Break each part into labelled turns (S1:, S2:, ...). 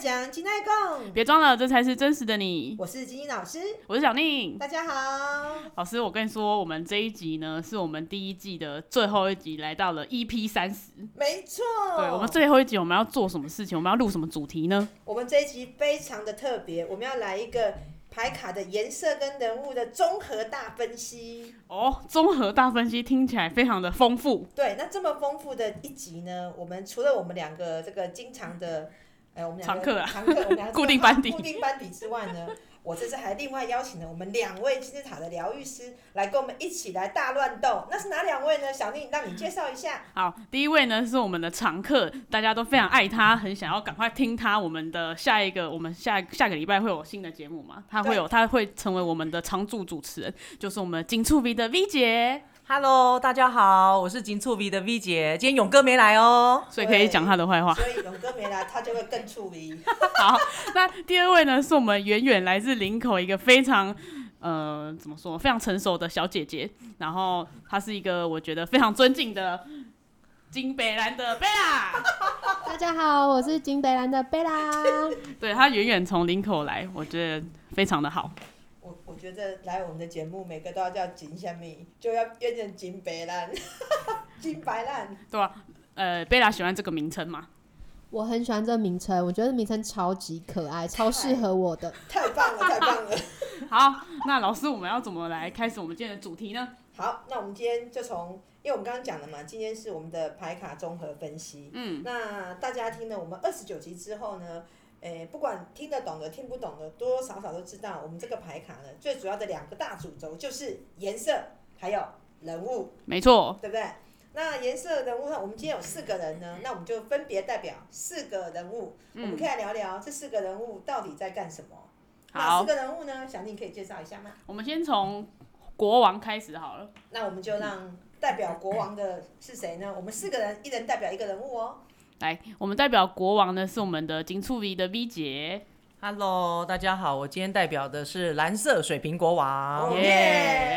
S1: 讲金奈共，
S2: 别装了，这才是真实的你。
S1: 我是金金老师，
S2: 我是小宁
S1: 大家好。
S2: 老师，我跟你说，我们这一集呢，是我们第一季的最后一集，来到了 EP 三十。
S1: 没错，
S2: 对，我们最后一集我们要做什么事情？我们要录什么主题呢？
S1: 我们这一集非常的特别，我们要来一个牌卡的颜色跟人物的综合大分析。
S2: 哦，综合大分析听起来非常的丰富。
S1: 对，那这么丰富的一集呢，我们除了我们两个这个经常的，呃，我们两个
S2: 常客啊
S1: 常客，我们两 个
S2: 固定班底
S1: 固定班底之外呢，我这次还另外邀请了我们两位金字塔的疗愈师来跟我们一起来大乱斗。那是哪两位呢？小丽，让你介绍一下。
S2: 好，第一位呢是我们的常客，大家都非常爱他，很想要赶快听他。我们的下一个，我们下下个礼拜会有新的节目嘛？他会有，他会成为我们的常驻主持人，就是我们金触鼻的 V 姐，
S3: Hello，大家好，我是金醋 V 的 V 姐，今天勇哥没来哦。
S2: 所以可以讲他的坏话。
S1: 所以勇哥没来，他就会更出 名。
S2: 好，那第二位呢，是我们远远来自林口一个非常。呃，怎么说？非常成熟的小姐姐，然后她是一个我觉得非常尊敬的金北兰的贝拉。
S4: 大家好，我是金北兰的贝拉。
S2: 对她远远从林口来，我觉得非常的好。
S1: 我我觉得来我们的节目，每个都要叫金下面，就要变成金白 烂，金白烂。
S2: 对吧、呃，贝拉喜欢这个名称嘛？
S4: 我很喜欢这个名称，我觉得这名称超级可爱，超适合我的。
S1: 太棒了，太棒了！
S2: 好，那老师，我们要怎么来开始我们今天的主题呢？
S1: 好，那我们今天就从，因为我们刚刚讲了嘛，今天是我们的牌卡综合分析。
S2: 嗯，
S1: 那大家听了我们二十九集之后呢，诶、不管听得懂的、听不懂的，多多少少都知道，我们这个牌卡呢，最主要的两个大主轴就是颜色，还有人物。
S2: 没错，
S1: 对不对？那颜色人物上，我们今天有四个人呢，那我们就分别代表四个人物，
S2: 嗯
S1: 我们可以来聊聊这四个人物到底在干什么。哪
S2: 好
S1: 四，个人物呢？小宁可以介绍一下吗？
S2: 我们先从国王开始好了。
S1: 那我们就让代表国王的是谁呢？我们四个人，一人代表一个人物哦。
S2: 来，我们代表国王呢是我们的金触 V 的 V 姐，
S3: Hello，大家好，我今天代表的是蓝色水瓶国王。
S1: 哦
S2: 耶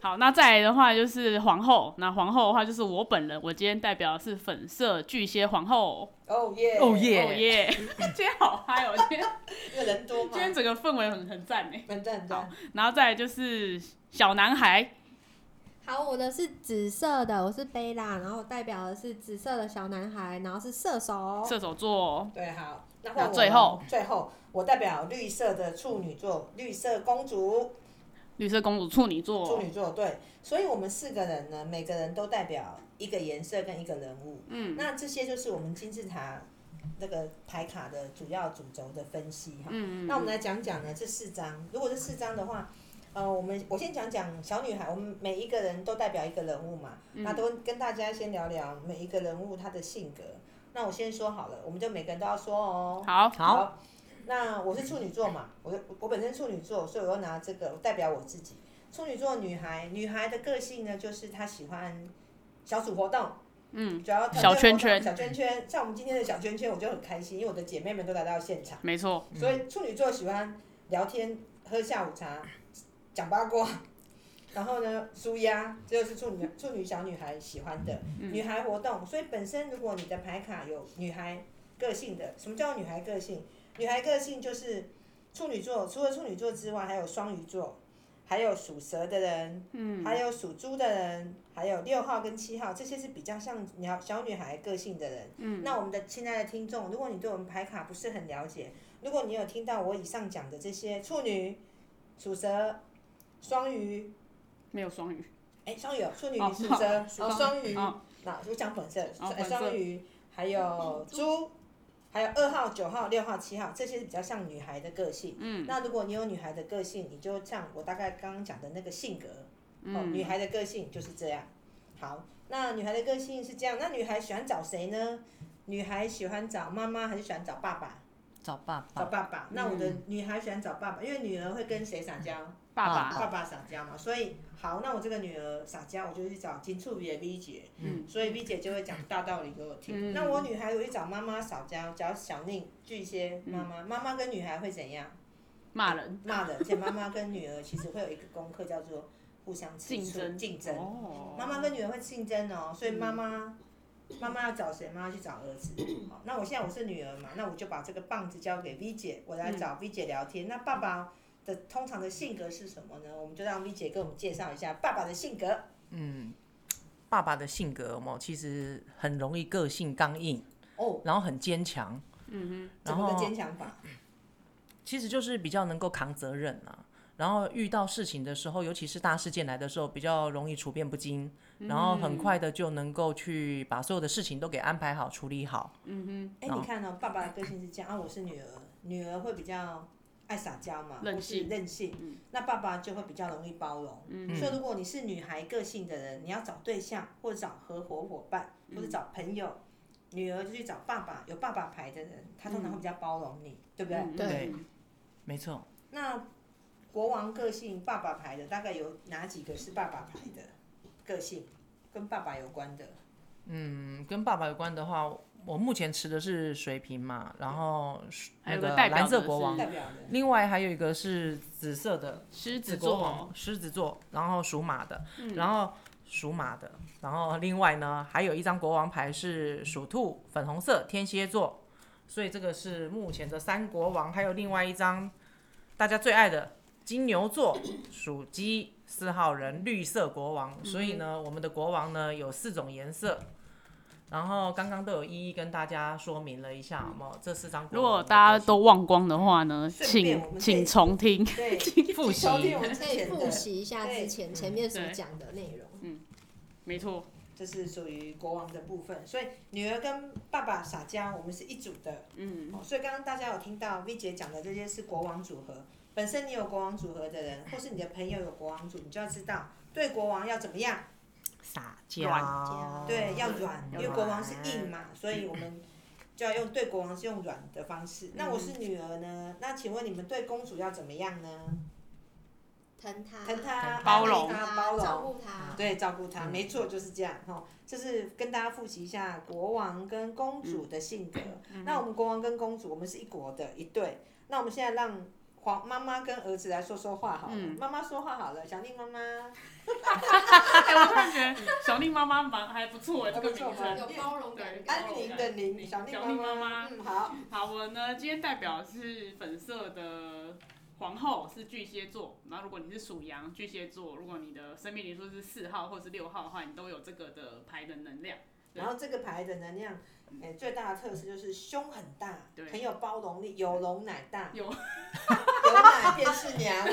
S2: 好，那再来的话就是皇后，那皇后的话就是我本人，我今天代表的是粉色巨蟹皇后。
S1: 哦耶！
S3: 哦
S2: 哦
S3: 耶
S2: 耶， 今天好嗨哦，今天
S1: 因为人多嘛
S2: 今。天整个氛围很很赞哎。
S1: 很赞很赞。
S2: 然后再来就是小男孩，
S4: 好，我的是紫色的，我是贝拉，然后代表的是紫色的小男孩，然后是射手。
S2: 射手座，
S1: 对，好，那
S2: 那
S1: 换我
S2: 最后
S1: 最后，我代表绿色的处女座，绿色公主。
S2: 绿色公主，处女座，
S1: 处女座对，所以我们四个人呢，每个人都代表一个颜色跟一个人物。嗯，那这些就是我们金字塔那个牌卡的主要主轴的分析哈。嗯那我们来讲讲呢这四张，如果这四张的话，呃，我们我先讲讲小女孩，我们每一个人都代表一个人物嘛，那都跟大家先聊聊每一个人物他的性格。那我先说好了，我们就每个人都要说哦。
S2: 好，
S3: 好
S1: 那我是处女座嘛，我我本身处女座，所以我要拿这个代表我自己。处女座女孩，女孩的个性呢，就是她喜欢小组活动，嗯，主要团队
S2: 小
S1: 活动
S2: 圈圈
S1: 小圈圈。像我们今天的小圈圈，我就很开心，因为我的姐妹们都来到现场，
S2: 没错，
S1: 所以处女座喜欢聊天、喝下午茶、讲八卦，然后呢，舒压，这就是处女处女小女孩喜欢的、女孩活动。所以本身如果你的牌卡有女孩个性的，什么叫女孩个性？女孩个性就是处女座，除了处女座之外，还有双鱼座，还有属蛇的人，嗯，还有属猪的人，还有六号跟七号，这些是比较像小小女孩个性的人。嗯，那我们的亲爱的听众，如果你对我们牌卡不是很了解，如果你有听到我以上讲的这些处女、属蛇、双鱼，
S2: 没有双鱼，
S1: 哎，双鱼有处女、
S2: 哦
S1: 属蛇，然
S2: 双
S1: 后双鱼，
S2: 哦
S1: 那我讲本色，
S2: 哦
S1: 哎
S2: 本色
S1: 双鱼，还有猪，还有二号、九号、六号、七号，这些是比较像女孩的个性。嗯，那如果你有女孩的个性，你就像我大概刚刚讲的那个性格，
S2: 嗯
S1: 哦，女孩的个性就是这样。好，那女孩的个性是这样，那女孩喜欢找谁呢？女孩喜欢找妈妈还是喜欢找爸爸？
S3: 找爸
S1: 找
S3: 爸，
S1: 爸
S2: 嗯
S1: 爸。那我的女孩喜欢找爸爸，因为女儿会跟谁撒娇？
S2: 爸爸，
S1: 啊爸爸撒娇嘛，所以好，那我这个女儿撒娇，我就去找金触鼻的 V 姐，
S2: 嗯，
S1: 所以 V 姐就会讲大道理给我听。
S2: 嗯
S1: 那我女孩我去找妈妈撒娇，找小宁巨蟹
S2: 嗯
S1: 妈妈，妈妈跟女孩会怎样？
S2: 骂人，
S1: 骂人，而且妈妈跟女儿其实会有一个功课叫做互相吃醋
S2: 竞争，
S1: 竞争。
S2: 哦
S3: 嗯
S1: 妈妈跟女儿会竞争哦，所以妈妈妈妈要找谁？妈妈去找儿 子。好，那我现在我是女儿嘛，那我就把这个棒子交给 V 姐，我来
S3: 嗯
S1: 找 V 姐聊天。那爸爸的通常的性格是什么呢？我们就让 V 姐给我们介绍一下爸爸的性格。
S3: 爸爸的性格嘛，其实很容易个性刚硬，
S1: 哦，
S3: 然后很坚强，
S1: 怎
S3: 然
S1: 么
S3: 后
S1: 个坚强法？
S3: 其实就是比较能够扛责任啊。然后遇到事情的时候，尤其是大事件来的时候，比较容易处变不惊，然后很快的就能够去把所有的事情都给安排好、处理好。
S1: 哎、你看哦，爸爸的个性是这样啊，我是女儿，女儿会比较爱撒娇嘛，
S2: 任
S1: 或是
S2: 性嗯
S1: 任性，那爸爸就会比较容易包容。所
S3: 嗯
S1: 以如果你是女孩个性的人，你要找对象或者找合伙伙伴，或
S2: 嗯
S1: 者找朋友。女儿就去找爸爸，有爸爸牌的人，他通常会比较包容你，对不对？
S2: 嗯
S4: 对
S2: 嗯
S3: 没错，
S1: 那国王个性爸爸牌的大概有哪几个是爸爸牌的个性，跟爸爸有关的？
S3: 嗯，跟爸爸有关的话，我目前持的是水瓶嘛，然后
S2: 还有
S3: 那
S2: 个
S3: 个
S2: 代表
S3: 蓝色
S2: 的
S3: 国
S2: 是
S3: 王，
S1: 代表的
S3: 另外还有一个是紫色的
S2: 狮子
S3: 国
S2: 座
S3: 王，，狮子座，然后属马的，
S1: 嗯
S3: 然后属马的，然后另外呢还有一张国王牌是属兔，粉红色，天蝎座，所以这个是目前的三国王，还有另外一张大家最爱的金牛座，属鸡，四号人，绿色国王，
S1: 嗯
S3: 所以呢我们的国王呢有四种颜色。然后刚刚都有一一跟大家说明了一下，好吗？这四张国
S2: 如
S3: 王
S2: 果
S3: 的
S2: 大家
S3: 个性
S2: 都忘光的话呢，
S1: 顺便我
S2: 请
S1: 们可
S2: 请
S1: 以
S2: 重听。
S1: 对，
S3: 复习
S1: 收听我们之
S4: 可以
S1: 前
S4: 复
S2: 哎
S1: 的，
S4: 习一下
S1: 对
S4: 之前前面所
S2: 对
S4: 讲的内容。
S2: 没错，
S1: 这是属于国王的部分。所以女儿跟爸爸撒娇，我们是一组的。嗯、哦，所以刚刚大家有听到 V 姐讲的这些是国王组合。本身你有国王组合的人，或是你的朋友有国王组，你就要知道对国王要怎么样，
S3: 撒
S2: 软
S3: 娇，
S1: 对，要软，因
S3: 要
S1: 为国王是硬
S3: 软
S1: 嘛，所以我们就要用对国王是用软的方式。那我是女儿呢，那请问你们对公主要怎么样呢？
S4: 疼他，
S1: 疼她
S4: 爱
S2: 啊包容
S1: 她
S4: 他，
S1: 包容
S4: 照顾他。
S1: 对，照顾
S4: 嗯
S1: 她，没错，就是这样哈。吼这是跟大家复习一下国王跟公主的性格。
S4: 嗯
S1: 那我们国王跟公主，我们是一国的一对。那我们现在让皇妈妈跟儿子来说说话好了。
S4: 嗯
S1: 妈妈说话好了，小宁妈
S2: 哦
S1: 妈。
S2: 哎，我突然觉得小宁妈妈蛮还不错哎，这个
S1: 还不错
S2: 名
S1: 吧
S2: 称。
S4: 有包容感的
S1: 安
S4: 感
S1: 宁
S4: 觉，
S1: 的宁，小
S2: 小
S1: 宁
S2: 宁
S1: 妈
S2: 妈妈
S1: 嗯，好，
S2: 好，我呢今天代表是粉色的皇后，是巨蟹座。然后如果你是属羊，巨蟹座，如果你的生命灵数是四号或是六号的话，你都有这个的牌的 能量。对
S1: 然后这个牌的能量，哎、最大的特色就是胸很大，
S2: 对
S1: 很有包容力，有容乃大，
S2: 有
S1: 有奶便是娘。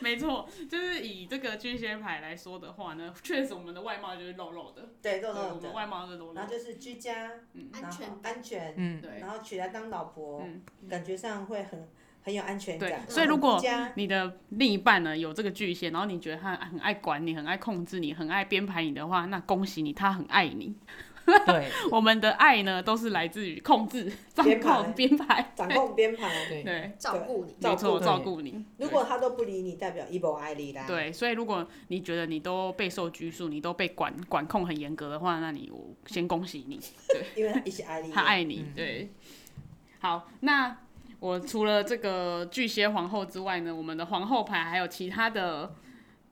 S2: 没错，就是以这个巨蟹牌来说的话呢，确实我们的外貌就是肉肉的，
S1: 嗯对，
S2: 对，
S1: 肉
S2: 我
S1: 肉
S2: 们
S1: 的。
S2: 外貌是肉肉
S1: 然
S2: 的
S1: 后，就是居家，然
S4: 安
S1: 后
S4: 全感。
S1: 安全，
S3: 嗯，
S2: 对。
S1: 然后娶来当老婆，
S2: 嗯
S1: 感觉上会很很有安全感。
S2: 对所以如果
S1: 然后家
S2: 你的另一半呢有这个巨蟹，然后你觉得他很爱管你，很爱控制你，很爱编排你的话，那恭喜你，他很爱你。
S3: 对，
S2: 我们的爱呢，都是来自于控制、 掌
S1: 编排
S2: 控、编排，
S1: 掌控编排，
S3: 对
S2: 对，
S4: 照顾你，
S1: 照
S2: 没
S1: 顾
S2: 错，
S3: 你
S2: 照顾你。
S1: 如果他都不理你，代表 evil 爱你啦。，
S2: 对，所以如果你觉得你都备受拘束，你都被管管控很严格的话，那你我先恭喜你，
S1: 因为他一起爱你。
S2: 他爱你。对，好，那我除了这个巨蟹皇后之外呢，我们的皇后牌还有其他的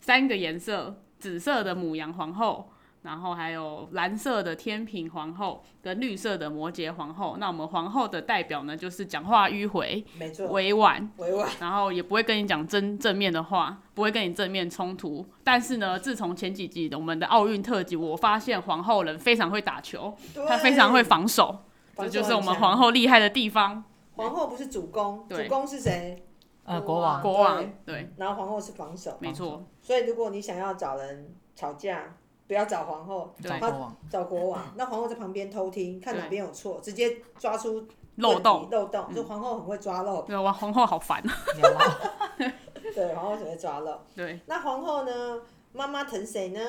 S2: 三个颜色：紫色的母羊皇后，然后还有蓝色的天平皇后跟绿色的摩羯皇后。那我们皇后的代表呢，就是讲话迂回、
S1: 没错，
S2: 委婉。
S1: 委婉。
S2: 然后也不会跟你讲真正面的话，不会跟你正面冲突。但是呢，自从前几集的我们的奥运特辑，我发现皇后人非常会打球，她非常会防守，
S1: 对，
S2: 这就是我们
S1: 防守很强
S2: 皇。后厉害的地方。
S1: 皇后不是主攻，
S2: 对
S1: 主攻是谁？
S3: 呃，
S4: 国
S3: 国
S4: 王
S3: 王，
S2: 国王对，
S1: 然后皇后是防守。
S2: 没错，
S1: 所以如果你想要找人吵架，不要找皇后，
S2: 对
S3: 找
S1: 他
S3: 国 王，
S1: 找国王。那皇后在旁边偷听，看哪
S2: 对
S1: 边有错，直接抓出
S2: 漏
S1: 问题
S2: 洞。嗯
S1: 漏洞，就皇后很会抓漏，
S2: 对，哇，皇后好烦啊！
S1: 对，皇后很会抓漏。
S2: 对，
S1: 那皇后呢？妈妈疼谁呢？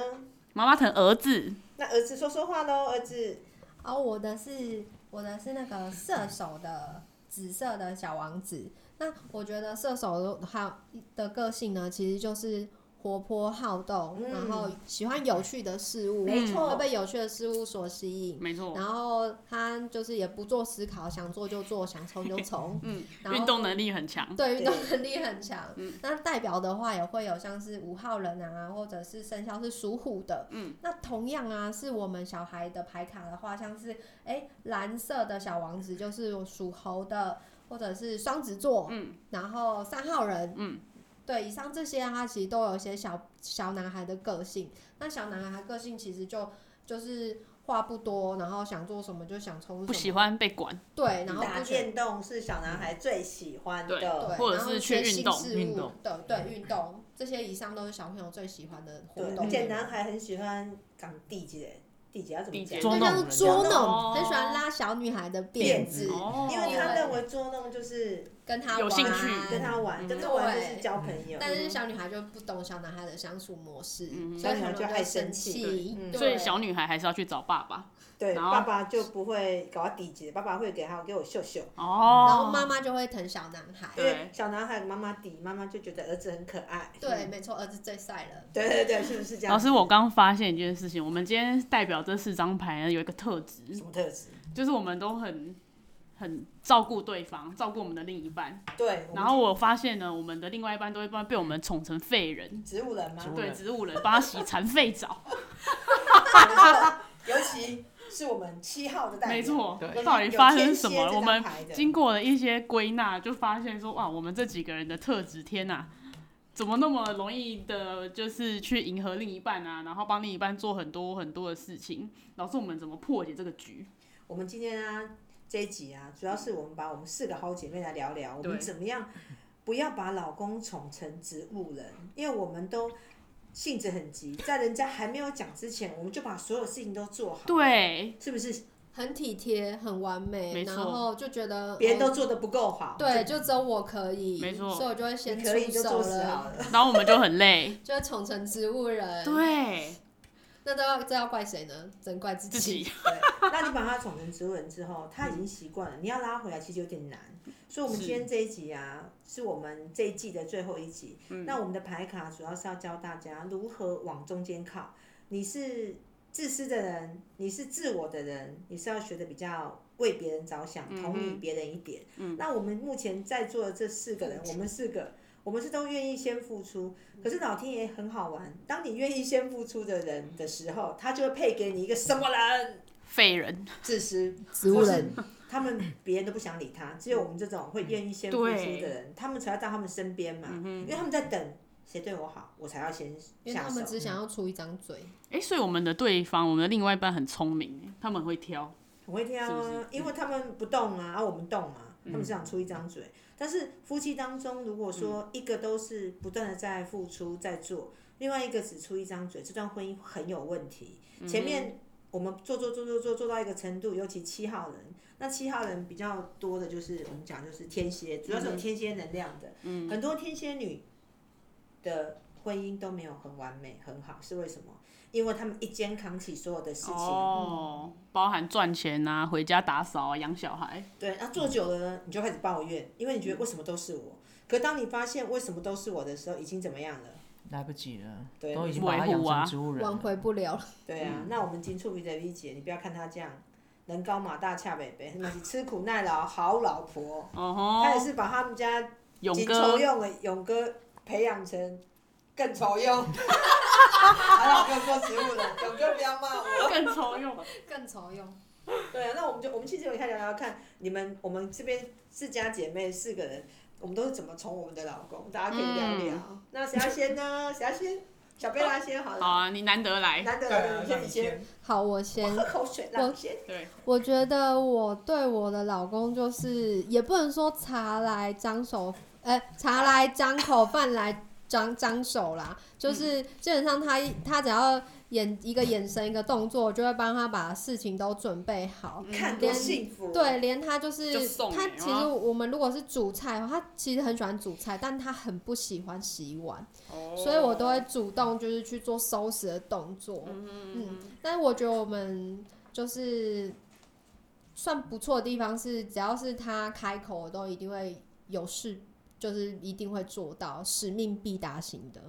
S2: 妈妈疼儿子，
S1: 那儿子说说话喽，儿子。
S4: 哦，我的是我的是那个射手的紫色的小王子。那我觉得射手的他的个性呢，其实就是活泼好动，
S1: 嗯
S4: 然后喜欢有趣的事物，
S1: 没错
S4: 会被有趣的事物所吸引。
S2: 没错，。
S4: 然后他就是也不做思考，想做就做，想冲就冲
S2: 嗯，
S4: 然后
S2: 运动能力很强，
S1: 对
S4: 对，运动能力很强。
S2: 嗯
S4: 那代表的话也会有像是五号人啊，或者是生肖是属虎的。
S2: 嗯，
S4: 那同样啊，是我们小孩的牌卡的话，像是哎、诶蓝色的小王子就是属猴的，或者是双子座，
S2: 嗯，
S4: 然后三号人，
S2: 嗯。
S4: 对，以上这些啊它其实都有一些小小男孩的个性。那小男孩个性其实就就是话不多，然后想做什么就想冲什么，
S2: 不喜欢被管，
S4: 对，然后
S1: 打
S4: 不喜
S1: 电动是小男孩最喜欢
S2: 对
S1: 的，
S4: 对，
S2: 或者
S4: 然后
S2: 是
S4: 一
S2: 去
S4: 些
S2: 运
S4: 新
S2: 动
S4: 事
S3: 运
S4: 物
S3: 动
S4: 的，对运动这些以上都是小朋友最喜欢的活
S1: 对，
S4: 动，
S1: 而且男孩很喜欢港地姐，地姐要怎么
S2: 地姐
S1: 讲？
S4: 就
S3: 捉弄
S4: 像
S3: 人
S4: 是
S3: 这样
S4: 捉
S1: 子
S4: 弄，很喜
S2: 哦
S4: 欢拉小女孩的
S1: 辫
S4: 辫
S1: 子
S4: 子，嗯
S2: 哦，
S1: 因为他
S4: 的
S1: 认为捉弄就是
S4: 跟她
S2: 有兴
S4: 玩
S2: 趣
S1: 跟嗯他玩，
S2: 嗯
S1: 跟他玩就是交朋友。
S4: 但是小女孩就不懂小男孩的相处模式，
S2: 嗯
S4: 所以
S1: 小
S4: 他
S1: 女孩
S4: 们
S1: 就爱生
S4: 生
S1: 气对嗯
S4: 对
S2: 所以小女孩还是要去找爸爸
S1: 对，
S2: 然后
S1: 爸爸就不会搞到地姐，爸爸会给他给我秀秀，
S2: 哦，
S4: 然后妈妈就会疼小男孩，
S1: 因
S2: 对
S1: 为小男孩妈妈底，妈妈就觉得儿子很可爱。
S4: 对，没错，儿子最帅了，
S1: 对对对，是不是这样？
S2: 老师，我刚发现一件事情，我们今天代表这四张牌呢，有一个特质
S1: 什，么特质？
S2: 就是我们都很很照顾对方，照顾我们的另一半。
S1: 对，
S2: 然后我发现呢，我们的另外一半都会被我们宠成废人，
S1: 植物人吗
S3: 植？物
S2: 对，
S3: 人
S2: 植物人帮他洗残废澡，
S1: 尤其是我们七号的代表，
S2: 没错
S3: 对。
S2: 到底发生什么
S1: 有
S2: 了？
S1: 天蝎这张
S2: 我们
S1: 牌的
S2: 经过了一些归纳，就发现说，哇，我们这几个人的特质，天哪、怎么那么容易的，就是去迎合另一半啊，然后帮另一半做很多很多的事情。老师，我们怎么破解这个局？
S1: 我们今天啊这一集啊，主要是我们把我们四个好姐妹来聊聊，我
S2: 对
S1: 们怎么 样不要把老公宠成植物人，因为我们都性子很急，在人家还没有讲之前，我们就把所有事情都做好，，
S2: 对，
S1: 是不是？
S4: 很体贴，很完美，
S2: 没错
S4: 然后就觉得
S1: 别人都
S4: 哦
S1: 做的不够好，
S4: 对，就只有我可以，
S2: 没错
S4: 所以我就会先
S1: 你可以
S4: 出
S1: 就
S4: 手
S1: 做死
S4: 了，
S1: 好，了。
S2: 然后我们就很累
S4: 就会宠成植物人，
S2: 对
S4: 那都要这要怪谁呢？只能怪自己。
S2: 自 己
S1: 对，那你把他宠成植物人之后，他已经习惯了，你要拉回来其实有点难。所以，我们
S2: 是
S1: 今天这一集啊，是我们这一季的最后一集。那我们的牌卡主要是要教大家如何往中间靠。你是自私的人，你是自我的人，你是要学的比较为别人着想，同理别人一点。那我们目前在座的这四个人，我们四个，我们是都愿意先付出。可是老天爷很好玩，当你愿意先付出的人的时候，他就会配给你一个什么人？
S2: 废人，
S1: 自私，
S4: 植物人
S1: 或是他们别人都不想理他，只有我们这种会愿意先付出的
S4: 嗯
S1: 人，他们才要到他们身边嘛，因为他们在等谁对我好，我才要先
S4: 因为
S1: 下
S4: 他们
S1: 手。嗯
S4: 只想要出一张嘴，
S2: 哎、所以我们的对方，我们的另外一半很聪明，他们很会挑，
S1: 很会挑啊，
S2: 是不是嗯
S1: 因为他们不动啊，而、我们动嘛，他们只想出一张嘴。但是夫妻当中，如果说一个都是不断的在付出在做，另外一个只出一张嘴，这段婚姻很有问题。
S2: 嗯
S1: 前面我们做做做做做做到一个程度，尤其七号人，那七号人比较多的就是我们讲就是天蝎，主要
S2: 嗯
S1: 是有天蝎能量的，很多天蝎女的婚姻都没有很完美很好，是为什么？因为他们一肩扛起所有的事情，
S2: 哦，包含赚钱啊，回家打扫啊，养小孩，
S1: 对，那做久了呢，你就开始抱怨，因为你觉得为什么都是我。可当你发现为什么都是我的时候，已经怎么样了？
S3: 来不及了，
S1: 对
S3: 都已经把它
S2: 维
S3: 养
S2: 护啊
S3: 成植物人
S4: 挽
S3: 了。
S4: 回不了了。
S1: 对啊，
S2: 嗯
S1: 那我们金处理的理解，你不要看她这样，人高马大恰北北，那是吃苦耐劳好老婆。
S2: 哦
S1: 她也
S2: 吼，
S1: 是把他们家
S2: 勇
S1: 金
S2: 哥
S1: 愁用的勇哥培养成更愁 用。 还好没有做植物人，勇哥不要骂我。
S2: 更 聪用，
S4: 更愁用，
S1: 对啊，那我们就我们其实可以来聊聊看，你们我们这边自家姐妹四个人，我们都是怎么宠我们的老公，大家可以聊聊。
S4: 嗯
S1: 那谁要先呢？谁要先？小贝拉先好了。
S2: 好啊，你难得来，
S1: 难得来你先，你先，
S4: 好，我
S1: 我
S4: 先
S1: 喝口水啦，
S4: 我
S1: 你先。
S2: 对，
S4: 我觉得我对我的老公就是，也不能说茶来张手，呃，茶来张口，饭来张张手啦。就是基本上他他只要眼一个眼神一个动作，就会帮他把事情都准备好。
S2: 嗯
S1: 看多幸福。
S4: 嗯
S1: 哦
S4: 对，连他就是哦
S2: 就送
S4: 他
S2: 你，
S4: 其实
S2: 啊
S4: 我们如果是煮菜的话，他其实很喜欢煮菜，但他很不喜欢洗碗。所以我都会主动就是去做收拾的动作。
S1: 哦
S4: 嗯，但是我觉得我们就是算不错的地方是，只要是他开口，我都一定会有事，就是一定会做到，使命必达型的。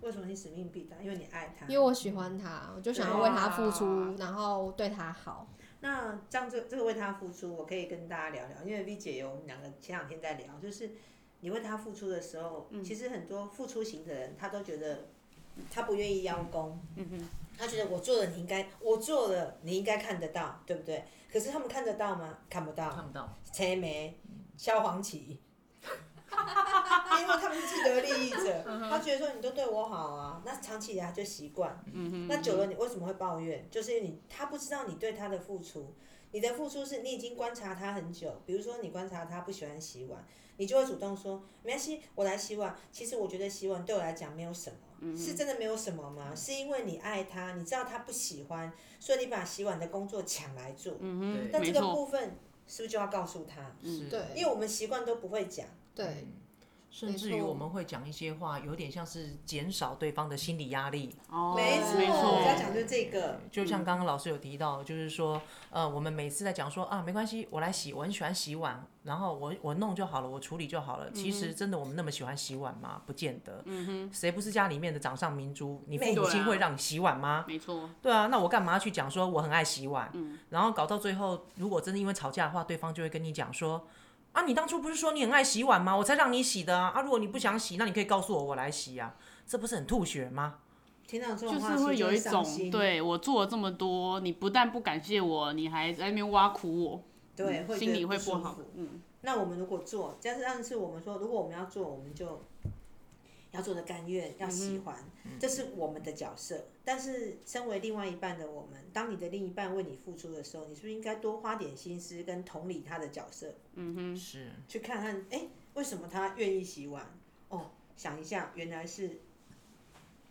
S1: 为什么你使命必达？因为你爱他。
S4: 因为我喜欢他，我就想要为他付出
S3: 哇，
S4: 然后对啊他好。
S1: 那这样这这个为他付出，我可以跟大家聊聊，因为 V 姐有我们两个前两天在聊，就是你为他付出的时候，其实很多付出型的人，他都觉得他不愿意邀功，他觉得我做了你应该，我做了你应该看得到，对不对？可是他们看得到吗？看不到，
S3: 看不到，
S1: 切梅、萧煌奇， 因为他们是既得利益者，他觉得说你都对我好啊，那长期以来他就习惯，
S4: 嗯
S2: 嗯
S1: 那久了你为什么会抱怨？就是因为你他不知道你对他的付出，你的付出是你已经观察他很久，比如说你观察他不喜欢洗碗，你就会主动说没关系，我来洗碗。其实我觉得洗碗对我来讲没有什么。
S2: 嗯
S1: 是真的没有什么吗？是因为你爱他，你知道他不喜欢，所以你把洗碗的工作抢来做。
S3: 对，
S1: 但这个
S2: 嗯没错嗯
S1: 部分是不是就要告诉他？
S3: 是
S4: 嗯
S3: 嗯
S4: 对
S1: 因为我们习惯都不会讲，
S4: 对，
S1: 嗯
S3: 甚至于
S4: 没错
S3: 我们会讲一些话，有点像是减少对方的心理压力。
S2: 哦，
S1: 没
S4: 错
S1: 我要
S2: 错，
S1: 讲就是这个，
S3: 就
S4: 嗯
S3: 像刚刚老师有提到，就是说，呃，我们每次在讲说啊，没关系，我来洗，我很喜欢洗碗，然后我我弄就好了，我处理就好
S4: 嗯
S3: 了。其实真的我们那么喜欢洗碗吗？不见得。嗯哼，谁不是家里面的掌上明珠？你父母
S2: 对
S3: 亲
S2: 啊
S3: 会让你洗碗吗？
S2: 没错，
S3: 对啊，那我干嘛去讲说我很爱洗碗？
S1: 嗯
S3: 然后搞到最后，如果真的因为吵架的话，对方就会跟你讲说。啊，你当初不是说你很爱洗碗吗？我才让你洗的啊！啊，如果你不想洗，那你可以告诉我，我来洗啊。这不是很吐血吗？
S1: 听到这
S2: 就
S1: 种话
S2: 是会有一
S1: 心就伤
S2: 种
S1: 心
S2: 对我做了这么多，你不但不感谢我，你还在那边挖苦我，
S1: 对，会
S2: 心里
S1: 会
S2: 会不好。嗯，
S1: 那我们如果做，但是但是我们说，如果我们要做，我们就要做的甘愿，
S3: 嗯
S1: 要喜欢，这是我们的角色。但是身为另外一半的我们，当你的另一半为你付出的时候，你是不是应该多花点心思跟同理他的角色，
S2: 嗯
S1: 嗯
S3: 是，
S1: 去看看，哎、为什么他愿意洗碗？哦，想一下，原来是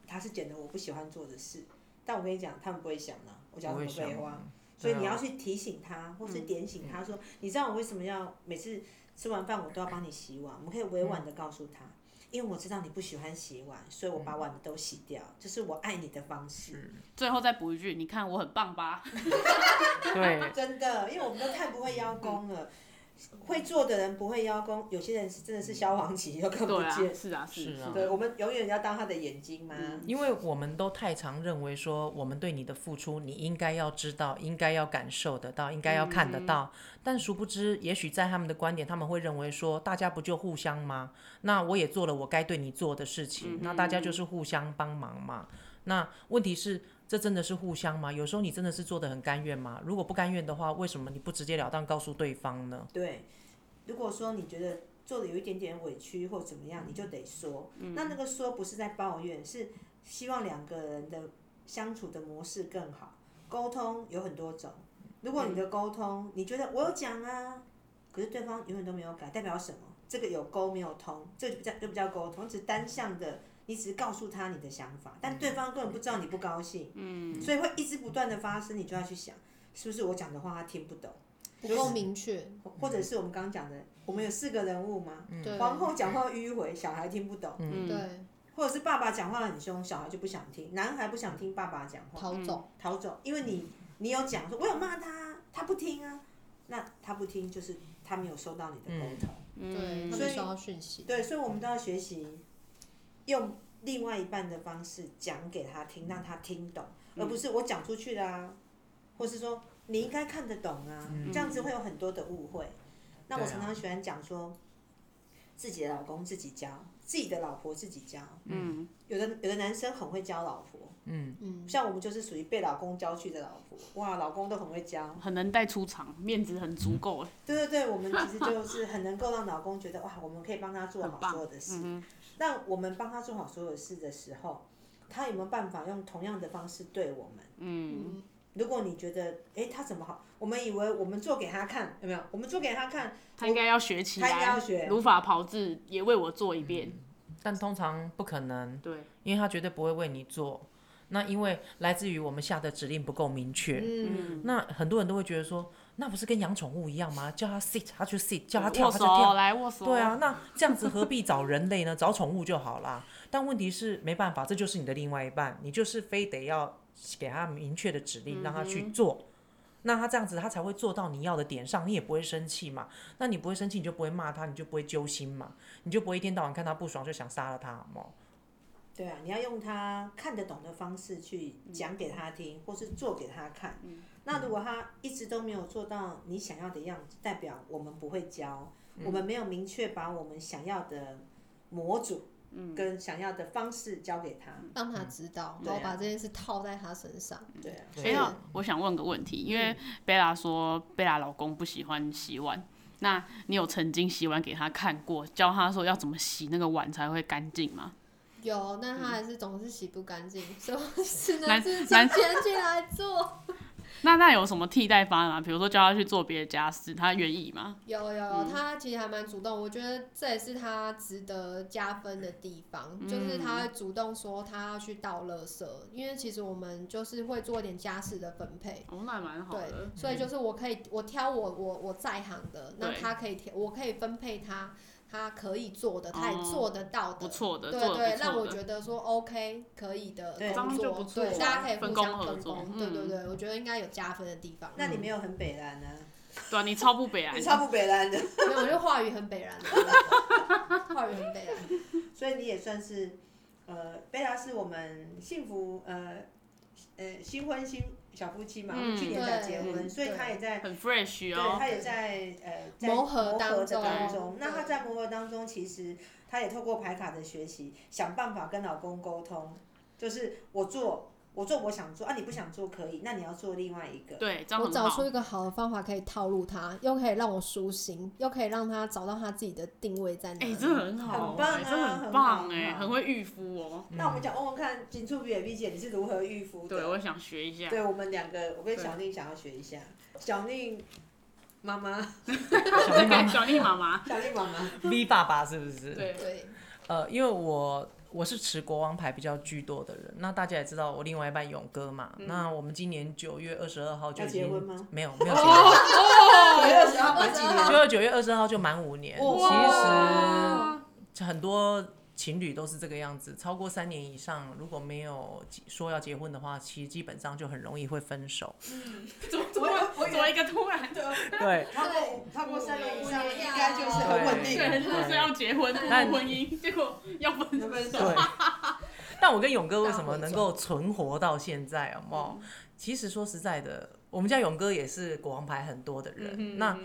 S1: 他是捡了我不喜欢做的事。但我跟你讲，他们不会想啊，我讲
S3: 不
S1: 什
S3: 会
S1: 么废
S3: 想
S1: 话。所
S3: 对
S1: 以
S3: 啊
S1: 你要
S2: 嗯
S1: 去提醒他，或是点醒他说，你知道我为什么要每次吃完饭我都要帮你洗碗？我们可以委婉
S2: 嗯
S1: 的告诉他，因为我知道你不喜欢洗碗，所以我把
S2: 嗯
S1: 碗都洗掉，这是我爱你的方式。
S2: 最后再补一句，你看我很棒吧？
S3: 对，
S1: 真的，因为我们都太不会邀功了。会做的人不会邀功，有些人是真的是消亡期 又看不
S2: 嗯对啊
S1: 见。，
S2: 是啊，是
S3: 是啊
S1: 对，我们永远要当他的眼睛嘛。
S2: 嗯
S3: 因为我们都太常认为说，我们对你的付出，你应该要知道，应该要感受得到，应该要看得到。但殊不知，也许在他们的观点，他们会认为说，大家不就互相吗？那我也做了我该对你做的事情，那大家就是互相帮忙嘛。那问题是，这真的是互相吗？有时候你真的是做的很甘愿吗？如果不甘愿的话，为什么你不直截了当告诉对方呢？
S1: 对，如果说你觉得做的有一点点委屈或怎么样，你就得说。那那个说不是在抱怨，是希望两个人的相处的模式更好。沟通有很多种，如果你的沟通，你觉得我有讲啊，可是对方永远都没有改，代表什么？这个有沟没有通，这就不叫就不叫沟通，只是单向的。你只是告诉他你的想法，但对方根本不知道你不高兴，嗯，所以会一直不断的发生，你就要去想，是不是我讲的话他听不懂。
S4: 不够明确。
S1: 或或者是我们刚刚讲的，我们有四个人物嘛，
S4: 对
S1: 嗯皇后讲话迂回，小孩听不懂，
S2: 嗯
S4: 嗯对，
S1: 或者是爸爸讲话很凶，小孩就不想听，男孩不想听爸爸讲话，
S4: 逃走。
S1: 逃走，因为你你有讲说，我有骂他，他不听啊，那他不听就是他没有收到你的沟通，
S4: 对，他
S1: 所
S4: 们
S1: 以
S4: 收到讯息。
S1: 对，所以我们都要学习用另外一半的方式讲给他听，让他听懂，而不是我讲出去啦、或是说你应该看得懂啊，这样子会有很多的误会。那我
S3: 嗯对啊
S1: 常常喜欢讲说，自己的老公自己教，自己的老婆自己教。嗯，有的有的男生很会教老婆，
S4: 嗯，
S1: 像我们就是属于被老公教去的老婆，哇，老公都很会教。
S2: 很能带出场，面子很足够，
S1: 对对对，我们其实就是很能够让老公觉得哇，我们可以帮他做好所有的事。那我们帮他做好所有事的时候，他有没有办法用同样的方式对我们？
S4: 嗯，
S1: 如果你觉得诶，他怎么好，我们以为我们做给他看，有没有？我们做给他看，
S2: 他应该要学起
S1: 他应该要
S2: 来，
S1: 学。
S2: 如法炮制，也为我做一遍。
S3: 但通常不可能。
S2: 对，
S3: 因为他绝对不会为你做。那因为来自于我们下的指令不够明确，
S1: 嗯，
S3: 那很多人都会觉得说，那不是跟养宠物一样吗？叫它 sit，它就 sit；叫它跳，
S2: 握
S3: 它
S2: 手
S3: 就跳。
S2: 来握手。哎
S3: 对啊，那这样子何必找人类呢？ 找宠物就好啦。但问题是没办法，这就是你的另外一半，你就是非得要给他明确的指
S2: 嗯
S3: 令，让他去做。那他这样子，他才会做到你要的点上，你也不会生气嘛。那你不会生气，你就不会骂他，你就不会揪心嘛，你就不会一天到晚看他不爽就想杀了他，哦。
S1: 对啊，你要用他看得懂的方式去讲给他听，或是做给他看。那如果他一直都没有做到你想要的样子，代表我们不会教，我们没有明确把我们想要的模组跟想要的方式教给他。
S4: 让他知道，然后把这件事套在他身上。
S1: 对啊，
S3: 对
S2: 哎、那我想问个问题，因为贝拉说贝拉老公不喜欢洗碗，那你有曾经洗碗给他看过，教他说要怎么洗那个碗才会干净吗？
S4: 有，但他还是总是洗不干净，所以我只能
S2: 男
S4: 自己
S2: 男
S4: 捡起来做。
S2: 那那有什么替代方案吗？比如说教他去做别的家事，他愿意吗？
S4: 有有有，他其实还蛮主动，我觉得这也是他值得加分的地方，就是他会主动说他要去倒垃圾，因为其实我们就是会做一点家事的分配。
S2: 哦，那蛮好
S4: 对
S2: 的。，
S4: 所以就是我可以，我挑我我我在行的，那
S2: 对
S4: 他可以挑，我可以分配他他可以做的，他也
S2: 哦
S4: 做得到的，
S2: 不错的，
S4: 对
S2: 做
S4: 对
S2: 的，不
S4: 让
S2: 错
S4: 我
S2: 的。
S4: 觉得说 OK 可以的
S1: 对
S4: 工
S2: 这样就
S4: 作
S2: 不，错
S4: 对，
S2: 啊
S4: 大家可以
S2: 分
S4: 互
S2: 工
S4: 相
S2: 合
S4: 分
S2: 作
S4: 工，
S2: 嗯
S4: 对对对，我觉得应该有加分的地方。
S1: 那你没有很北蓝啊，
S2: 对啊，你超不北
S1: 你
S2: 蓝，
S1: 超不北蓝的，
S4: 没有，我觉得话语很北然的，话语很北然。
S1: 所以你也算是呃，贝拉是我们幸福呃呃新婚新小夫妻嘛，
S2: 嗯
S1: 去年才结婚，
S4: 对
S1: 所以他也在
S2: 很 fresh
S1: 对，
S2: 哦。
S1: 他也在呃在
S4: 磨合
S1: 磨
S4: 当
S1: 合的
S4: 中
S1: 当
S4: 对
S1: 中。那他在磨合当中，其实他也透过牌卡的学习，想办法跟老公沟通，就是我做我做我想做啊，你不想做可以，那你要做另外一个。
S2: 对，这样
S4: 我
S2: 很
S4: 找
S2: 好
S4: 出。一个好的方法可以套路他，又可以让我舒心，又可以让他找到他自己的定位在哪
S2: 哎、
S4: 里。
S2: 真的很
S1: 很
S2: 好、哎，
S1: 棒啊
S2: 真的很
S1: 很
S2: 棒
S1: 好
S2: 哎、
S1: 很好
S2: 很会御夫哦。
S1: 那我们想问问看，锦处比尔 B 姐你是如何预夫
S2: 对，
S1: 的？
S2: 我想学一下。
S1: 对，我们两个，我跟
S2: 对
S1: 小宁想要学一下。小宁妈妈，
S3: 小丽妈
S2: 小丽妈妈，
S1: 小宁妈妈，
S3: V 爸爸是不是？
S2: 对，
S4: 对，
S3: 呃，因为我我是持国王牌比较居多的人，那大家也知道我另外一半勇哥嘛。那我们今年九月二十二号就
S1: 要
S3: 已
S1: 结
S3: 经
S1: 婚吗
S3: 没有没有结婚，
S1: 九月二十号满几年？
S3: 就九月二十二号就满五年。
S1: 哇
S3: 其实很多情侣都是这个样子，超过三年以上，如果没有结说要结婚的话，其实基本上就很容易会分手。
S2: 怎么怎
S1: 我
S2: 么
S1: 我
S2: 怎么一个突然的，
S3: 对，
S1: 超过超过三年以上，
S4: 对
S1: 应该就是很稳定。
S2: 对，就是要结婚步
S3: 但
S2: 入婚姻，结果要分手。
S1: 分
S3: 对
S1: 手，
S3: 但我跟勇哥为什么能够存活到现在啊？哦，其实说实在的，我们家勇哥也是国王牌很多的人。
S2: 嗯
S3: 那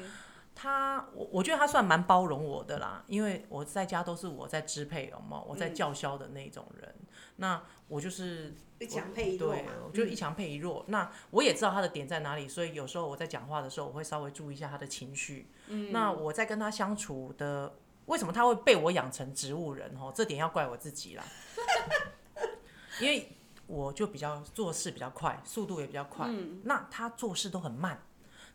S3: 他，我我觉得他算蛮包容我的啦，因为我在家都是我在支配，有没有？我在叫嚣的那种人。那我就是
S1: 一强配一弱
S3: 对
S1: 嘛。，嗯
S3: 我就一强配一弱。那我也知道他的点在哪里，所以有时候我在讲话的时候，我会稍微注意一下他的情绪。
S1: 嗯
S3: 那我在跟他相处的，为什么他会被我养成植物人？哦，这点要怪我自己啦， 因为我就比较做事比较快，速度也比较快。
S1: 嗯
S3: 那他做事都很慢，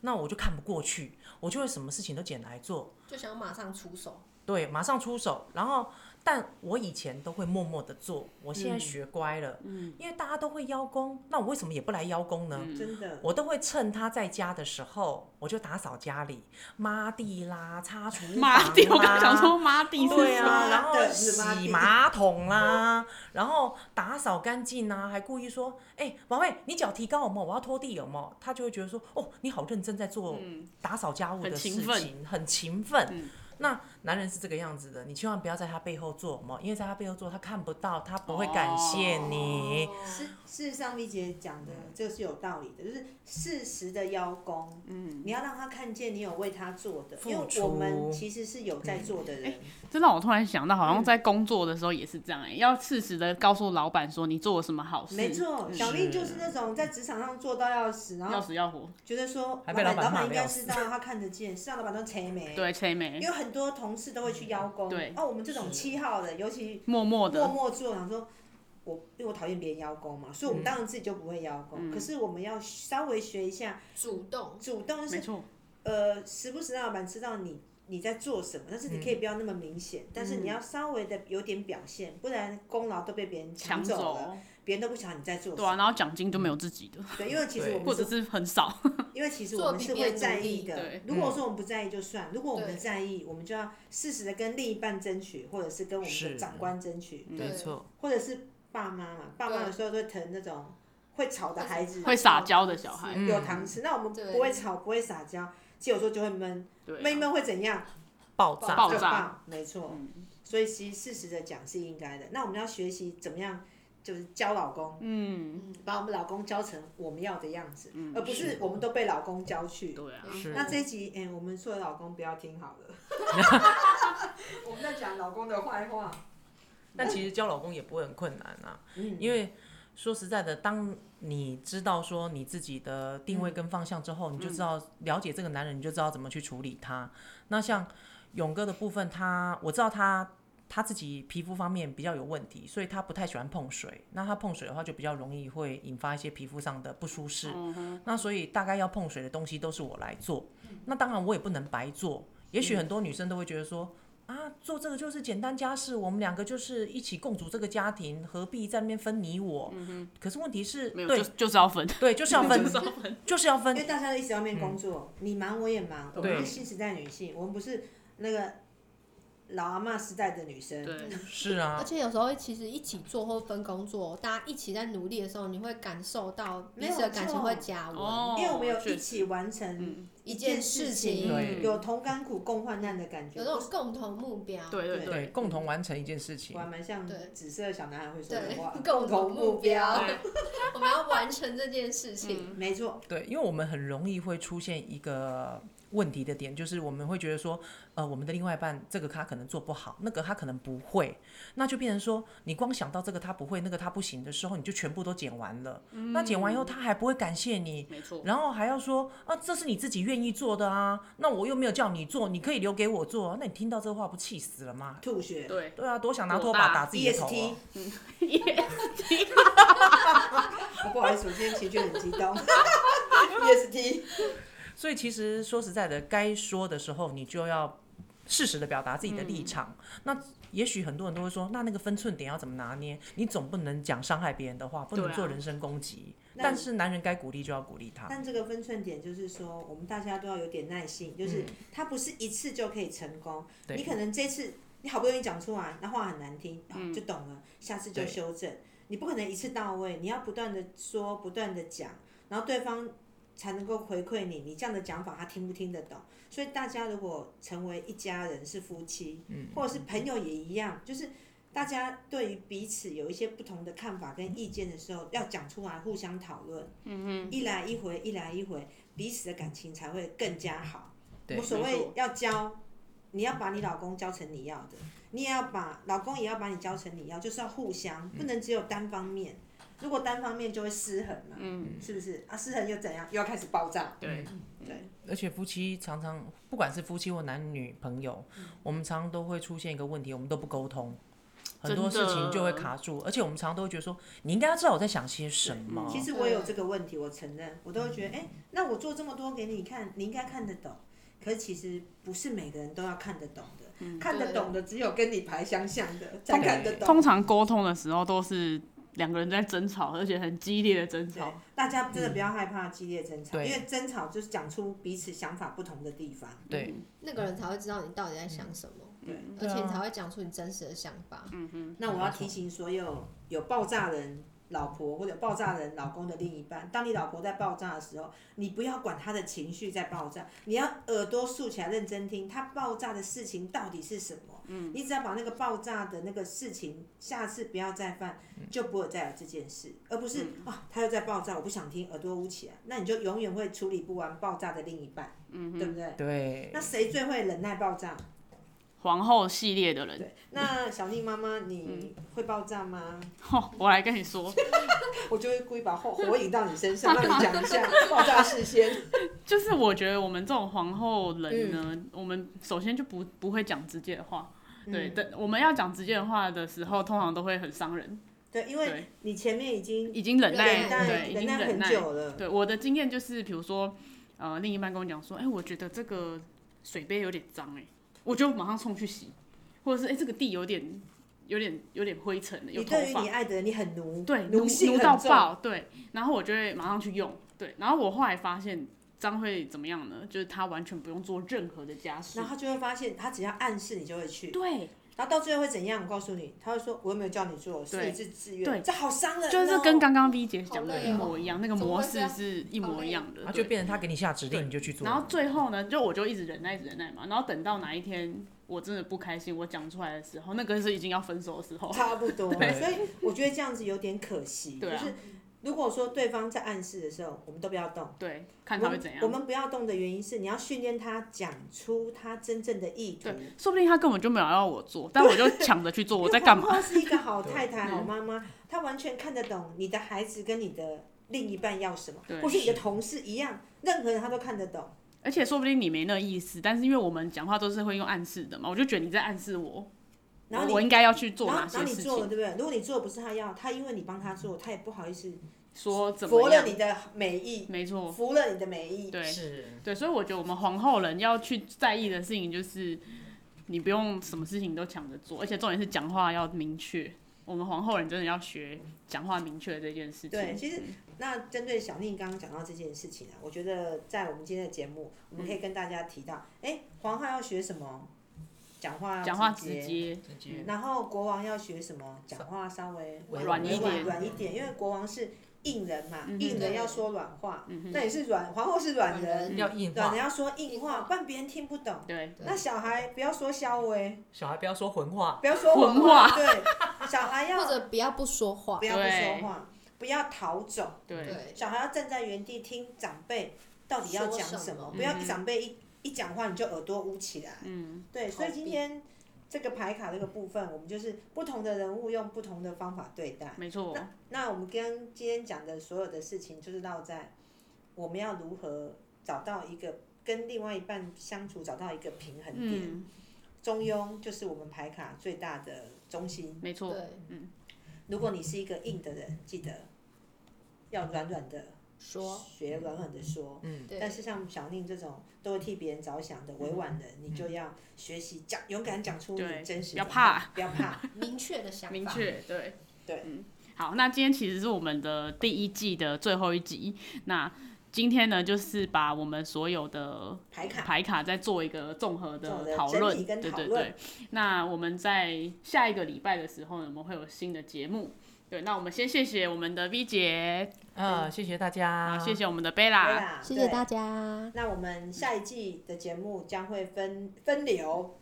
S3: 那我就看不过去，我就会什么事情都捡来做。
S4: 就想马上出手。
S2: 哦
S3: 对，马上出手。然后，但我以前都会默默的做，我
S2: 嗯
S3: 现在学乖了，因为大家都会邀功，那我为什么也不来邀功
S2: 嗯
S3: 呢？
S1: 嗯真的，
S3: 我都会趁他在家的时候，我就打扫家里，抹地啦，擦厨房
S2: 妈地，我刚
S3: 啦
S2: 想说妈地是
S3: 对
S2: 什
S3: 啊，
S2: 么？
S3: 然后
S1: 对是抹
S3: 洗
S1: 地
S3: 马桶啦，然后打扫干净啊，还故意说，哎、宝贝，你脚提高有没有？我要拖地有没有？他就会觉得说，哦，你好认真在做打扫家务的
S2: 很
S3: 事
S2: 勤
S3: 情，
S2: 奋
S3: 嗯很勤奋。嗯那男人是这个样子的，你千万不要在他背后做有没有？因为在他背后做，他看不到，他不会感谢你。
S1: 事事实上，丽姐讲的
S3: 嗯
S1: 这个是有道理的，就是适时的邀功，嗯，你要让他看见你有为他做的，因为
S3: 付
S1: 我
S3: 出嗯哎
S1: 们其实是有在做的人，
S2: 这让我突然想到，好像在工作的时候也是这样、哎，要适时的告诉老板说你做了什么好事，
S1: 没错。
S2: 嗯
S1: 小丽就是那种在职场上做到要死，然
S2: 要
S1: 后
S2: 死要活，
S1: 觉得说
S3: 还
S1: 老
S3: 被
S1: 板
S3: 老板
S1: 老
S3: 骂
S1: 板应
S3: 得要
S1: 该知道，他看得见，是让老板都垂眉。，
S2: 对，催
S1: 因
S2: 眉，
S1: 为很多同事都会去
S3: 嗯
S1: 邀功，
S2: 对
S1: 哦，我们这种七号的，尤其
S2: 默默
S1: 默
S2: 的，
S1: 默做，想说，我因为我讨厌别人邀功嘛，所
S3: 嗯
S1: 以我们当然自己就不会邀功。可是我们要稍微学一下，
S4: 主动，
S1: 主动就是
S2: 没错，
S1: 呃，时不时让老板知道你你在做什么，但是你可以不要那么明显，但是你要稍微的有点表现，不然功劳都被别人
S2: 抢
S1: 抢走了，
S2: 走，
S1: 别人都不晓得你在做什
S2: 对啊，
S1: 么。
S2: 然后奖金就没有自己的，
S1: 对，因为其实我
S2: 或
S1: 们
S2: 者
S1: 是，
S2: 是很少，
S1: 因为其实
S4: 做
S1: 我们
S4: 比
S1: 是
S4: 别
S1: 会
S4: 人
S1: 在
S4: 努力
S1: 意的
S2: 对。
S1: 如果说我们不在意就算，如果我
S4: 对
S1: 们在意，我们就要适时的跟另一半争取，或者是跟我们
S3: 是
S1: 的长官争取，
S3: 没错，
S1: 或者是爸妈嘛，爸妈有时候都会疼那种会吵的孩子，
S2: 会撒娇的小孩，嗯
S1: 有糖吃。那我们
S4: 嗯对
S1: 不会吵，不会撒娇，其实有时候就会闷，
S2: 对啊、
S1: 闷一闷会怎样？
S3: 爆炸，
S2: 爆
S1: 就
S2: 炸
S1: 爆没错。所以其实适时的讲是应该的。那我们要学习怎么样，就是教老公，
S2: 嗯，
S1: 把我们老公教成我们要的样子，而不是我们都被老公教去。
S2: 对啊，
S3: 是
S1: 那这一集，哎、我们说的老公不要听好了， 我们在讲老公的坏话。
S3: 但其实教老公也不会很困难啊，
S1: 嗯，
S3: 因为说实在的，当你知道说你自己的定位跟方向之后，你就知道了解这个男人，你就知道怎么去处理他。那像勇哥的部分，他我知道他他自己皮肤方面比较有问题，所以他不太喜欢碰水。那他碰水的话，就比较容易会引发一些皮肤上的不舒适。
S2: 嗯
S3: 那所以大概要碰水的东西都是我来做。
S2: 嗯
S3: 那当然我也不能白做，也许很多女生都会觉得说。啊，做这个就是简单家事，我们两个就是一起共组这个家庭，何必在那边分你我？可是问题是，
S2: 嗯没有
S3: 对
S2: 就就是要分，
S3: 对，就是要分
S2: 就，是要分，
S3: 就是要
S1: 因
S3: 分，
S1: 为大家都一直在外面工作，你忙我也忙，我们
S3: 对
S1: 是新时代女性，我们不是那个老阿嬷时代的女生。
S2: 对，
S3: 是
S4: 而
S3: 啊，
S4: 且有时候其实一起做或分工作，大家一起在努力的时候，你会感受到彼此的感情会加温。
S2: 哦，
S1: 因为我们有
S2: 确
S1: 一
S2: 实
S1: 起完成
S2: 嗯，
S4: 一件事
S1: 事
S4: 情
S2: 对
S1: 有同甘苦共患难的感觉
S4: 有，那种共同目标，
S2: 对对
S1: 对
S2: 嗯
S3: 对，共同完成一件事情
S1: 我还，蛮像
S4: 对
S1: 紫色小男孩会说的
S4: 对
S1: 话，，
S4: 共同目标，
S2: 对
S4: 我们要完成这件事
S2: 嗯
S4: 情。
S1: 没错，
S3: 对，因为我们很容易会出现一个问题的点，就是我们会觉得说，呃，我们的另外一半这个他可能做不好，那个他可能不会，那就变成说，你光想到这个他不会，那个他不行的时候，你就全部都剪完了，那剪完以后他还不会感谢你，
S2: 嗯没错，
S3: 然后还要说啊，这是你自己愿意做的啊，那我又没有叫你做，你可以留给我做、啊。那你听到这话不气死了吗？
S1: 吐血 E
S2: 对，
S3: 对啊，多想拿
S2: 多
S3: 拖
S2: 大，E
S3: 把打自己的头、
S1: ，EST
S3: 哦。。
S1: ，E 哦不好意思，我今天情绪很激 动。EST，，E
S3: 所以其实说实在的，该说的时候你就要适时的表达自己的立场。那也许很多人都会说，那那个分寸点要怎么拿捏？你总不能讲伤害别人的话，不
S2: 对
S3: 能
S2: 啊
S3: 做人身攻击。
S1: 那
S3: 但是男人该鼓励就要鼓励他。
S1: 但这个分寸点就是说，我们大家都要有点耐性，就是
S3: 嗯
S1: 他不是一次就可以成功，
S3: 对
S1: 你可能这次你好不容易讲出来，那话很难听，哦就懂了，下次就
S3: 对
S1: 修正。你不可能一次到位，你要不断的说，不断的讲，然后对方才能够回馈你。你这样的讲法，他听不听得懂？所以大家如果成为一家人，是夫妻，或者是朋友也一样，就是大家对于彼此有一些不同的看法跟意见的时候，要讲出来，互相讨论。嗯一来一回，一来一回，彼此的感情才会更加好。
S3: 对
S1: 我所
S2: 没
S1: 谓
S2: 错
S1: 要教，你要把你老公教成你要的，你也要把老公也要把你教成你要，就是要互相，不能只有单方面。如果单方面就会失衡嘛，嗯，是不是啊？失衡又怎样？又要开始爆炸，
S2: 对，
S3: 而且夫妻常常，不管是夫妻或男女朋友，我们常常都会出现一个问题，我们都不沟通，很多
S2: 真的
S3: 事情就会卡住。而且我们常常都会觉得说，你应该要知道我在想些什么。
S1: 嗯其实我有这个问题，我承认，我都会觉得，哎、那我做这么多给你看，你应该看得懂。可是其实不是每个人都要看得懂的，看得懂的只有跟你牌相像的才看得懂
S2: 通。常沟通的时候都是两个人在争吵，而且很激烈的争
S1: 对
S2: 吵，，
S1: 大家真的不要害怕激烈争吵，
S3: 对
S1: 因为争吵就是讲出彼此想法不同的地方。
S3: 对，
S4: 那个人才会知道你到底在想什么，
S2: 嗯
S1: 对，
S4: 而且你才会讲出你真实的想法。
S1: 那我要提醒所有有爆炸人老婆或者爆炸人老公的另一半，当你老婆在爆炸的时候，你不要管她的情绪在爆炸，你要耳朵竖起来认真听，她爆炸的事情到底是什么？嗯，你只要把那个爆炸的那个事情，下次不要再犯，就不会再有这件事，而不是啊，她又在爆炸，我不想听，耳朵捂起来，那你就永远会处理不完爆炸的另一半，嗯，对不对？
S3: 对
S1: 那，谁最会忍耐爆炸？
S2: 皇后系列的人，
S1: 对，那小丽妈妈，你会爆炸吗？
S2: 吼 我来跟你说，
S1: 我就会故意把火火引到你身上，让你讲一下爆炸事先。
S2: 就是我觉得我们这种皇后人呢，
S1: 嗯
S2: 我们首先就不不会讲直接的话，
S1: 嗯
S4: 嗯
S2: 对，等我们要讲直接的话的时候，通常都会很伤人，
S1: 对，因
S2: 对
S1: 为你前面已经
S2: 已经忍耐，
S4: 忍耐
S2: 对，已
S1: 忍
S2: 经
S1: 耐
S2: 忍
S1: 很
S2: 耐。
S1: 久了，
S2: 对，我的经验就是，比如说，呃，另一半跟我讲说，哎、我觉得这个水杯有点脏，哎，我就马上冲去洗，或者是哎、这个地有点有点有点灰尘了，有
S1: 你
S2: 头
S1: 对于
S2: 发
S1: 你，爱的人，你很奴，
S2: 对，奴
S1: 奴性
S2: 奴
S1: 很
S2: 到
S1: 重。
S2: 爆，对，然后我就会马上去用，对，然后我后来发现脏会怎么样呢？就是他完全不用做任何的家事
S1: 然，后他就会发现，他只要暗示你就会去，
S2: 对，
S1: 然后到最后会怎样？我告诉你，他会说：“我又没有叫你做，是
S2: 对
S1: 你自自
S2: 对
S1: 愿。”这好伤人哦。
S2: 就是 跟刚刚 V 姐
S4: 好
S2: 讲的
S4: 累
S2: 一
S4: 哦
S2: 模一样，那个
S4: 怎么
S2: 模
S4: 会这
S2: 式
S4: 样
S2: 是一
S4: 好
S2: 模一
S4: 累
S2: 样的，
S3: 那
S2: 对
S3: 就变成他给你下指令，你就去做。
S2: 然后最后呢，就我就一直忍耐，一直忍耐嘛。然后等到哪一天我真的不开心，我讲出来的时候，那个是已经要分手的时候。
S1: 差不多。
S3: 对
S1: 所以我觉得这样子有点可惜，
S2: 对啊
S1: 就是如果说对方在暗示的时候，我们都不要动。
S2: 对，看他会怎
S1: 我
S2: 样。
S1: 们我们不要动的原因是，你要训练他讲出他真正的意图
S2: 对。，说不定他根本就没有要我做，但我就抢着去做。我在干嘛？
S1: 黄瓜是一个好太太、好妈妈，她完全看得懂你的孩子跟你的另一半要什么，
S2: 对
S1: 或是你的同事一样，任何人她都看得懂。
S2: 而且说不定你没那意思，但是因为我们讲话都是会用暗示的嘛，我就觉得你在暗示我，
S1: 然后你
S2: 我应该要去做
S1: 然后
S2: 哪
S1: 然后
S2: 些
S1: 你
S2: 事
S1: 做了，
S2: 情，
S1: 对不对？如果你做的不是他要，他因为你帮他做，他也不好意思
S2: 说怎
S1: 服
S2: 么
S1: 了
S2: 样。
S1: 你的美意，
S2: 没错，
S1: 服了你的美意。
S2: 对
S3: 是，
S2: 对，所以我觉得我们皇后人要去在意的事情就是，你不用什么事情都抢着做，而且重点是讲话要明确。我们皇后人真的要学讲话明确这件事情。
S1: 对，其实那针对小宁刚刚讲到这件事情啊，我觉得在我们今天的节目，我们可以跟大家提到，哎，皇后要学什么？讲话要
S2: 讲话
S1: 直
S2: 直。接，
S3: 直接
S1: 然后国王要学什么？讲话稍微
S3: 委
S2: 婉
S1: 委
S2: 一
S1: 婉
S2: 点
S1: 软一点，因为国王是硬人嘛，
S2: 嗯哼
S1: 硬人
S4: 对
S1: 要说软话，
S2: 嗯
S1: 那
S2: 哼，
S1: 也是软，皇后是软
S4: 软
S1: 人，
S4: 人
S3: 要硬
S1: 软
S3: 化
S1: 人，要说硬话，不然别人听不懂。
S2: 对，
S4: 对
S1: 那小孩不要说肖威，
S3: 小孩不要说混话，
S1: 不要说
S2: 混
S1: 话，
S2: 话
S1: 对，小孩要
S4: 或者不要不说话
S1: 不。要不说
S2: 对
S1: 话，不要逃走，
S2: 对，
S4: 对，
S1: 小孩要站在原地听长辈到底要
S4: 说
S1: 讲
S4: 什
S1: 什么，
S4: 么
S1: 不要一
S2: 嗯
S1: 长辈一一讲话你就耳朵捂起来。
S2: 嗯，
S1: 对，所以
S4: 逃
S1: 今
S4: 避
S1: 天这个牌卡这个部分，我们就是不同的人物用不同的方法对待。
S2: 没错，
S1: 那那我们跟今天讲的所有的事情，就是绕在我们要如何找到一个跟另外一半相处，找到一个平衡点。
S2: 嗯，
S1: 中庸就是我们牌卡最大的中心。
S2: 没错，
S4: 对，
S1: 如果你是一个硬的人，记得要软软的
S4: 说，
S1: 学，软软的说。
S3: 嗯，
S4: 对
S1: 但是像小宁这种都会替别人着想的委婉人，你就要学习讲，勇敢讲出你
S2: 对
S1: 真实
S2: 不
S1: 的
S2: 要
S1: 话，
S2: 怕
S1: 不要 怕。
S4: 明确的想法，
S2: 明确，对，
S1: 对
S2: 嗯，好，那今天其实是我们的第一季的最后一集，那今天呢，就是把我们所有的
S1: 牌卡
S2: 牌卡再做一个综合
S1: 综合
S2: 的
S1: 的
S2: 讨
S1: 整
S2: 论
S1: 理，跟
S2: 对
S1: 讨
S2: 对
S1: 论
S2: 对。那我们在下一个礼拜的时候呢，我们会有新的节目。对，那我们先谢谢我们的 V 姐，
S3: 呃，谢谢大
S2: 啊，
S3: 家，
S2: 谢谢我们的
S1: 对
S2: Bella，
S1: 啦，
S4: 谢谢
S1: 对
S4: 大家，
S1: 那我们下一季的节目将会分分流，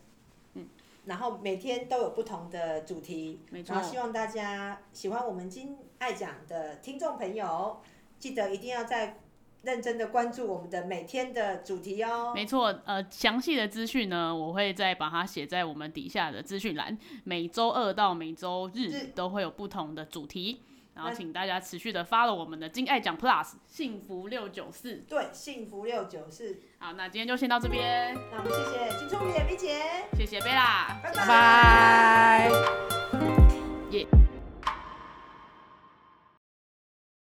S1: 然后每天都有不同的主题，
S2: 嗯没错
S1: 然后希望大家喜欢我们今爱讲的听众朋友，记得一定要再认真的关注我们的每天的主题哦。
S2: 没错，呃，详细的资讯呢，我会再把它写在我们底下的资讯栏。每周二到每周
S1: 日
S2: 日都会有不同的主题，然后
S1: 那
S2: 请大家持续的 follow 我们的金爱奖 Plus 幸福六九四。
S1: 对，幸福六九四，
S2: 好，那今天就先到这边，
S1: 那我们谢谢金钟姐、梅姐，
S2: 谢谢贝拉。
S1: 拜
S3: 拜拜。